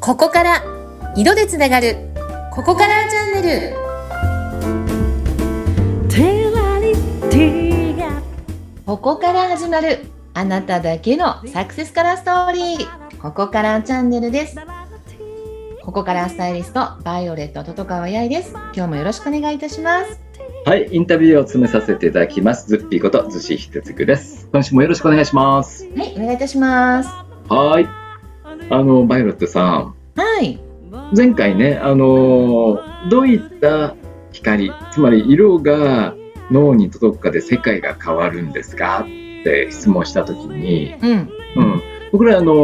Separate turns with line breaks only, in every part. ここから色でつながるここからチャンネル
テラリティが
ここから始まるあなただけのサクセスカラーストーリーここからチャンネルですここからスタイリストバイオレット戸川八重です今日もよろしくお願いいたします
はい、インタビューを務めさせていただきます。ズッピーこと、ズシヒテツクです。今週もよろしくお願いします。
はいお願いいたします
はーい。あの、バイロットさん、
はい
前回ね、あのーどういった光、つまり色が脳に届くかで世界が変わるんですかって質問したときに、
うん
うん、僕らあの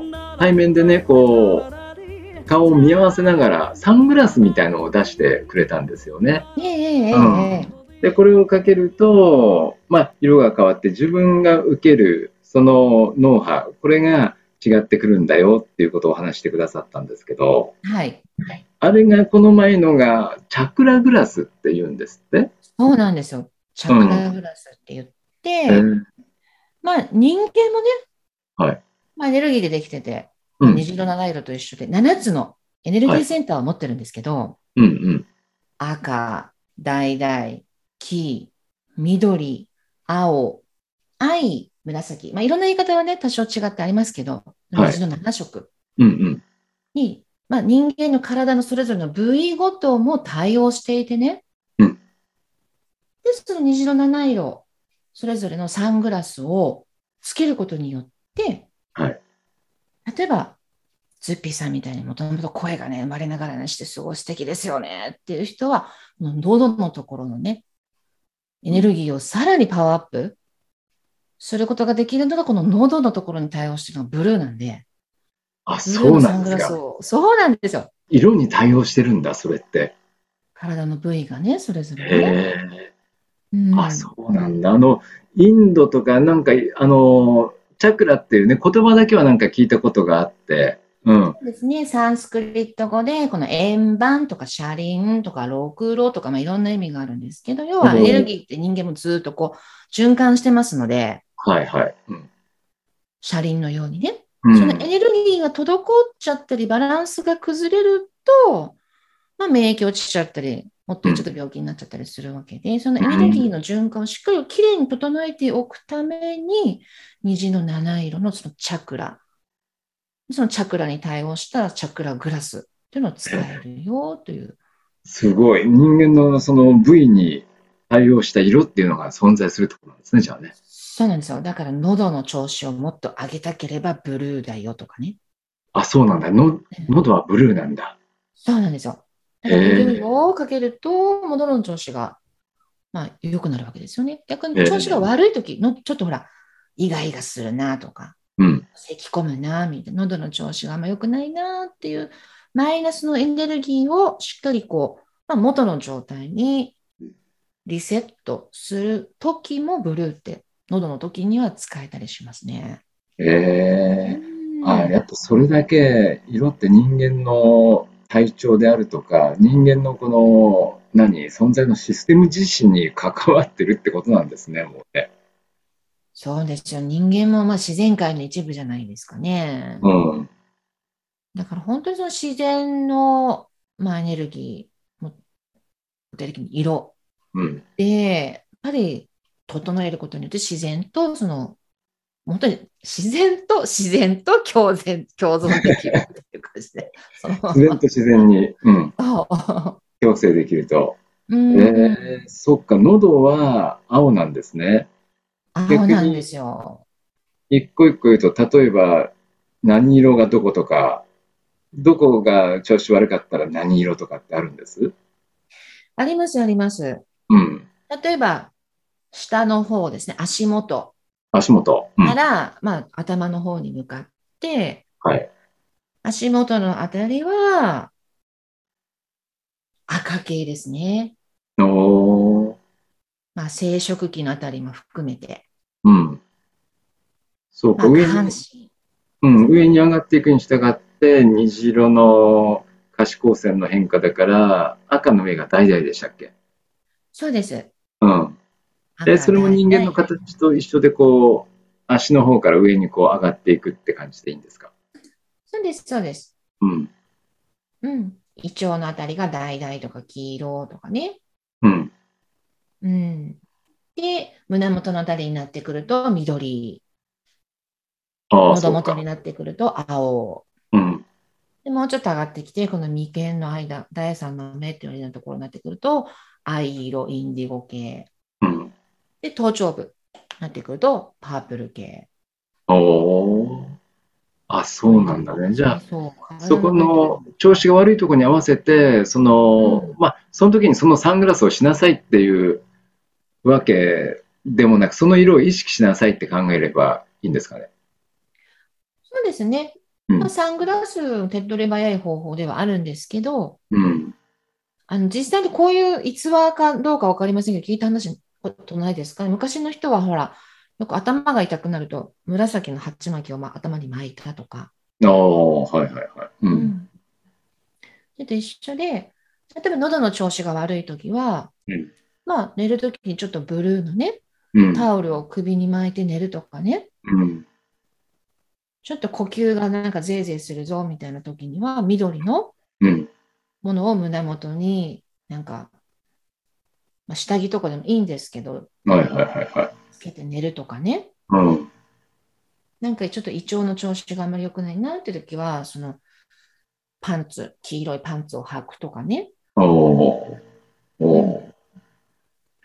ー対面でね、こう、顔を見合わせながらサングラスみたいのを出してくれたんですよね。
えええええ
うん
え
でこれをかけると、まあ、色が変わって自分が受けるその脳波これが違ってくるんだよっていうことを話してくださったんですけど
はい
あれがこの前のがチャクラグラスっていうんですって、
そうなんですよチャクラグラスって言って、
うん
まあ人間もね、
はい
まあ、エネルギーでできてて、
うん
虹色七色と一緒で7つのエネルギーセンターを持ってるんですけど、
うん
赤、橙、黄、緑、青、愛、紫。まあ、いろんな言い方はね、多少違ってありますけど、
はい
虹の7色
うんうんうん
に、まあ、人間の体のそれぞれの部位ごとも対応していてね。
うん
で、その虹の7色、それぞれのサングラスをつけることによって、
はい
例えば、ズッピーさんみたいにもともと声がね、生まれながらにしてすごい素敵ですよねっていう人は、この喉のところのね、エネルギーをさらにパワーアップすることができるのが、この喉のところに対応してるのがブルーなんで、
あ
ブル
そ
ー
う
の
な
サン
ん
グ
です
ラス
か
を。そうなんですよ。
色に対応してるんだそれって
体の部位がね、それぞれね。
へえ、
うん
あそうなんだあのインドとかなんかあのチャクラっていうね言葉だけはなんか聞いたことがあってうん
そうですね。サンスクリット語で、この円盤とか車輪とかろくろとか、まあ、いろんな意味があるんですけど、要は
うん
エネルギーって人間もずっとこう循環してますので、
はいはい、うん
車輪のようにね。
うん
そのエネルギーが滞っちゃったり、バランスが崩れると、まあ、免疫落ちちゃったり、もっとちょっと病気になっちゃったりするわけで、そのエネルギーの循環をしっかりきれいに整えておくために、虹の七色のそのチャクラ、そのチャクラに対応したチャクラグラスっていうのを使えるよという。
すごい。人間のその部位に対応した色っていうのが存在するってことなんですね、じゃあね。
そうなんですよ。だから喉の調子をもっと上げたければブルーだよとかね。
あ、そうなんだ。の喉はブルーなんだ。
そうなんですよ。だ
へ
から、
え
ブルーをかけると、もう喉の調子が、まあ、良くなるわけですよね。逆に調子が悪いときの、ちょっとほら、イガイガするなとか、
うん。
咳込むな、みたいな、喉の調子があんま良くないなっていう、マイナスのエネルギーをしっかりこう、まあ、元の状態にリセットするときも、ブルーって、喉の時には使えたりしますね。
ええ
うん
あやっぱそれだけ色って人間の体調であるとか、人間のこの、何、存在のシステム自身に関わってるってことなんですね、もうね。
そうですよ。人間もまあ自然界の一部じゃないですかね。
うん。
だから本当にその自然の、まあ、エネルギーも、具体的に色
うん。
で、やっぱり整えることによって自然とその、本当に自然と自然と共存共存できるっていう感じ で。その
自然と自然に、うん、
そ
共生できると。
う
え
うん
えそっか、喉は青なんですね。
青なんですよ。
一個一個言うと、例えば何色がどことか、どこが調子悪かったら何色とかってあるんです
ありますあります。
うん。
例えば、下の方ですね、足元
足元。うん
か。ら、まあ、頭の方に向かって、
はい。
足元のあたりは、赤系ですね。
おー。
まあ、生殖器のあたりも含めて。
うん。そう
ま
か、
あ、
上
下半
に、
身。
うん、上に上がっていくに従って、虹色の可視光線の変化だから、赤の上が大々でしたっけ
そうです。
うん。で、
赤
それも人間の
大体
形と一緒で、こう、足の方から上にこう上がっていくって感じでいいんですか
そうです、そうです。
うん、
うん。胃腸のあたりが橙とか黄色とかね。
うん、
うん。で、胸元のあたりになってくると緑、
ああ、
喉
そう
元
か
に。なってくると青。
うん、
で、もうちょっと上がってきて、この眉間の間、第三の目っていうようなところになってくると、藍色、インディゴ系。
うん。
で、頭頂部になってくると、パープル系。
おお。あ、そうなんだね。じゃあ、
そう
そこの、調子が悪いところに合わせて、その、
うん
まあ、その時にそのサングラスをしなさいっていうわけでもなく、その色を意識しなさいって考えればいいんですかね。
そうですね。
うん
まあ、サングラス、手っ取り早い方法ではあるんですけど、
うん。
あの実際にこういう逸話かどうか分かりませんけど、聞いた話ことないですかね。昔の人はほら、よく頭が痛くなると、紫の鉢巻きを、ま、頭に巻いたとか、
ああ、はいはいはい。
う
う。
んそれと一緒で、例えば喉の調子が悪いときは、
うん
まあ寝るときにちょっとブルーのね、
うん。
タオルを首に巻いて寝るとかね、
うん。
ちょっと呼吸がなんかゼーゼーするぞみたいなときには、緑の
うん。
ものを胸元に、なんか、まあ、下着とかでもいいんですけど、
はいはいはいはい。
つけて寝るとかね、
うん。
なんかちょっと胃腸の調子があんまり良くないなって時は、そのパンツ、黄色いパンツを履くとかね。
おお。おお。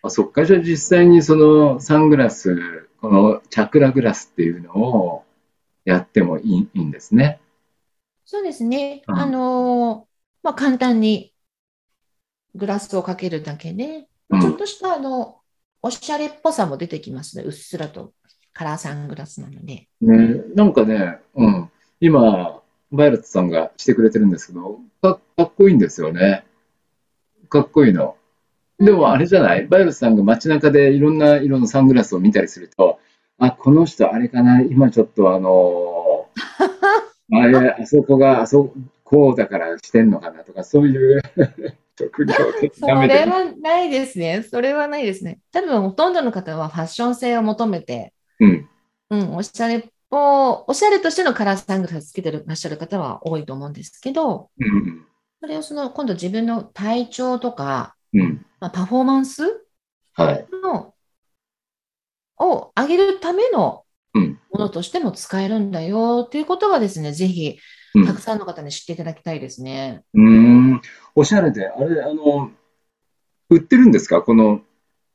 あ、そっか。じゃあ実際にそのサングラス、このチャクラグラスっていうのをやってもいい、いいんですね。
そうですね。
うん
あのーまあ、簡単にグラスをかけるだけで、
う
ちょっ
ん。
としたあの、おしゃれっぽさも出てきますね。うっすらとカラーサングラスなので。
ね、なんかね、うん、今、バイオレットさんがしてくれてるんですけど、か、かっこいいんですよね。かっこいいの。でもあれじゃないバイオレットさんが街中でいろんな色のサングラスを見たりすると、あ、この人あれかな、今ちょっとあのー あれ、あそこが、あそこうだからしてんのかなとか、そういう 職業的
そ
な目
れ
で。
はないですね。それはないですね。多分ほとんどの方はファッション性を求めて、
うん。
うん、おしゃれっぽ、おしゃれとしてのカラーサングラスつけてらっしゃる方は多いと思うんですけど、
うん。
それをその今度自分の体調とか、
うん。
まあ、パフォーマンス
はい。
のを上げるための
うん
ものとしても使えるんだよっていうことはですね、ぜひ
うん
たくさんの方に知っていただきたいですね。
うーん、おしゃれで、あれ、あの、売ってるんですかこの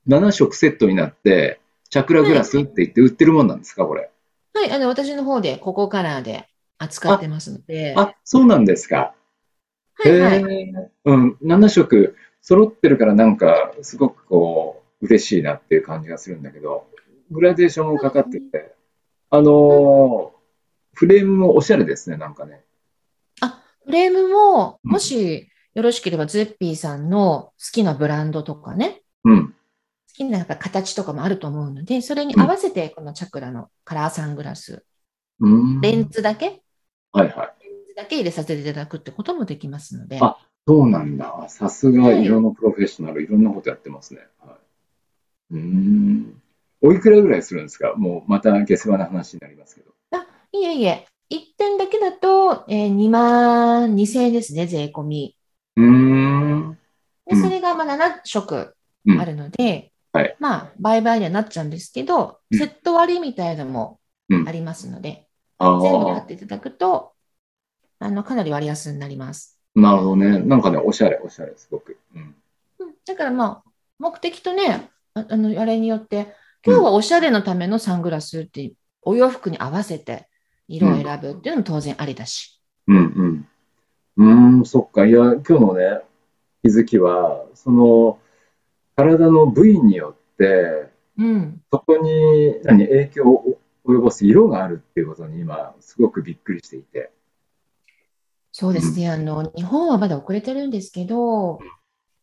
7色セットになって、チャクラグラスって言って売ってるもんなんですかこれ。
はい、あの私の方でここカラーで扱ってますので、は
あ、そうなんですか。
いはい、
へーうん、7色揃ってるからなんか、すごくこう、嬉しいなっていう感じがするんだけど、グラデーションもかかってて、あのーフレームもおしゃれですね、なんかね。
フレームも、
うん
もしよろしければズッピーさんの好きなブランドとかね、
うん、
好きな形とかもあると思うので、それに合わせてこのチャクラのカラーサングラス、
うーん、
レンズだけ、レン
はいはい。
ズだけ入れさせていただくってこともできますので、
あそうなんだ。さすが色のプロフェッショナル、いろんなことやってますね。はいうーん。おいくらぐらいするんですかもうまた下世話な話になりますけど。
いえいえ、1点だけだと、え2万2000円ですね、税込み。
うーん。
で
うん
それがまあ7色
うん
あるので、
はい
まあ、倍々にはなっちゃうんですけど、
うん
セット割りみたいなのも
うん
ありますので、
あ
全部買っ
あ、
ていただくと、あのかなり割安になります。
なるほどね。なんかね、おしゃれ、おしゃれ、すごく。うん。
うんだからまあ、目的とね、ああの、あれによって、今日はおしゃれのためのサングラスって、お洋服に合わせて色を選ぶっていうのも当然ありだし。
うんうん。うーん、そっか。いや、今日のね、気づきは、その、体の部位によって、
うん。
そこに何影響を及ぼす色があるっていうことに今、すごくびっくりしていて。
そうですね。あの、日本はまだ遅れてるんですけど、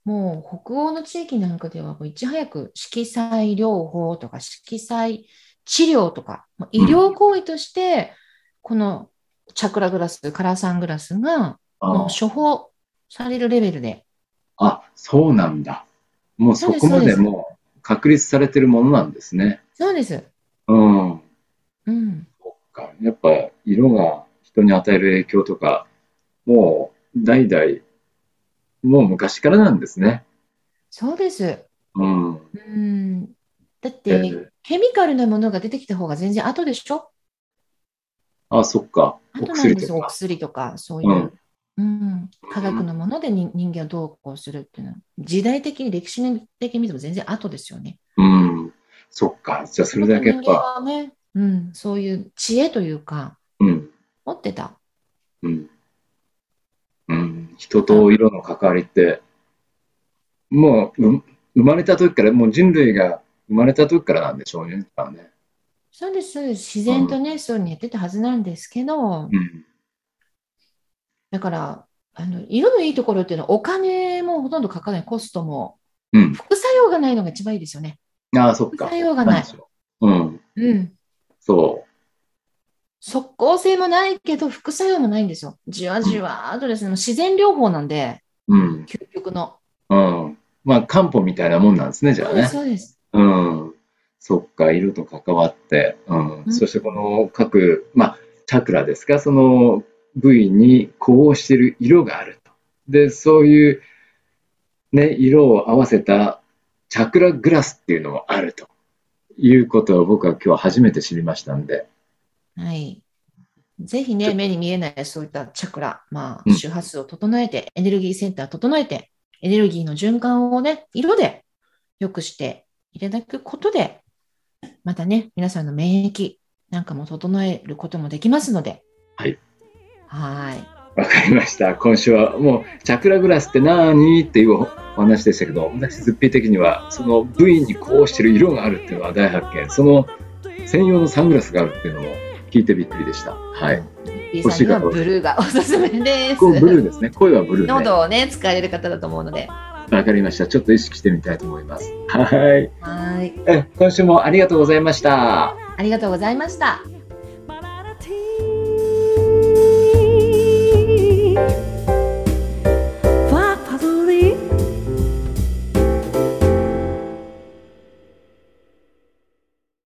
もう北欧の地域なんかでは、もういち早く色彩療法とか色彩治療とか、もう医療行為として、このチャクラグラス、カラーサングラスが、
あ
もう
あ
処方されるレベルで、
あ、そうなんだ。もうそこま
そうで
です
そうです
もう確立されてるものなんですね。
そうです。
うん。
うん。
そっかやっぱ色が人に与える影響とかもう代々、もう昔からなんですね。
そうです。
うん。
うん。だっ
え
て
え、
ケミカルなものが出てきた方が全然後でしょ
あ、そっか。お
後なん
薬
です
と
よ、お
か。、。
薬とか、そういううんうん、科学のものでに人間をどうこうするっていうのは、時代的に歴史的に見ても全然後ですよね。
うん。そっか。じゃあ、それだけやっ
人間
ぱ、
はね、うん、そういう知恵というか、
うん。
持ってた。
うん。うん。人と色の関わりって、もう、う生まれた時から、もう人類が生まれた時からなんでしょうね。多分ね
そうです、そうです自然とね、そういうふうにやってたはずなんですけど、
うん。
だから、あの色のいいところっていうのは、お金もほとんどかからない、コストも、
うん。
副作用がないのが一番いいですよね。
ああ、そっか。
副作用がない
んでしょううん。
うん。
そ
即効性もないけど、副作用もないんですよ。じわじわーっとですね、もう自然療法なんで、
う。うん。
究極の。
うん。まあ、漢方みたいなもんなんですね、じゃ
そ
あ
うで
ね
す、。そうです。
うん。そっか、色と関わって、うん。
うん
そしてこの各、まあ、チャクラですか、その部位に呼応している色があると。で、そういう、ね、色を合わせたチャクラグラスっていうのもあるということを僕は今日初めて知りましたんで。
はい。ぜひね、目に見えないそういったチャクラ、ま
う
あ、
ん
周波数を整えて、エネルギーセンターを整えて、エネルギーの循環をね、色で良くしていただくことで、またね、皆さんの免疫なんかも整えることもできますので。
はい。
はい。
わかりました。今週はもう、チャクラグラスって何っていうお話でしたけど、私、ズッピー的には、その部位に呼応している色があるっていうのは大発見。その専用のサングラスがあるっていうのも聞いてびっくりでした。はい。
B さ
欲
ん
し
に
い方
はブルーがおすすめです。
こうブルーですね。声はブルーね。
喉をね、使える方だと思うので。
わかりました。ちょっと意識してみたいと思います。はい。
はい。
え今週もありがとうございまし
あ
た。
りがとうございました。
た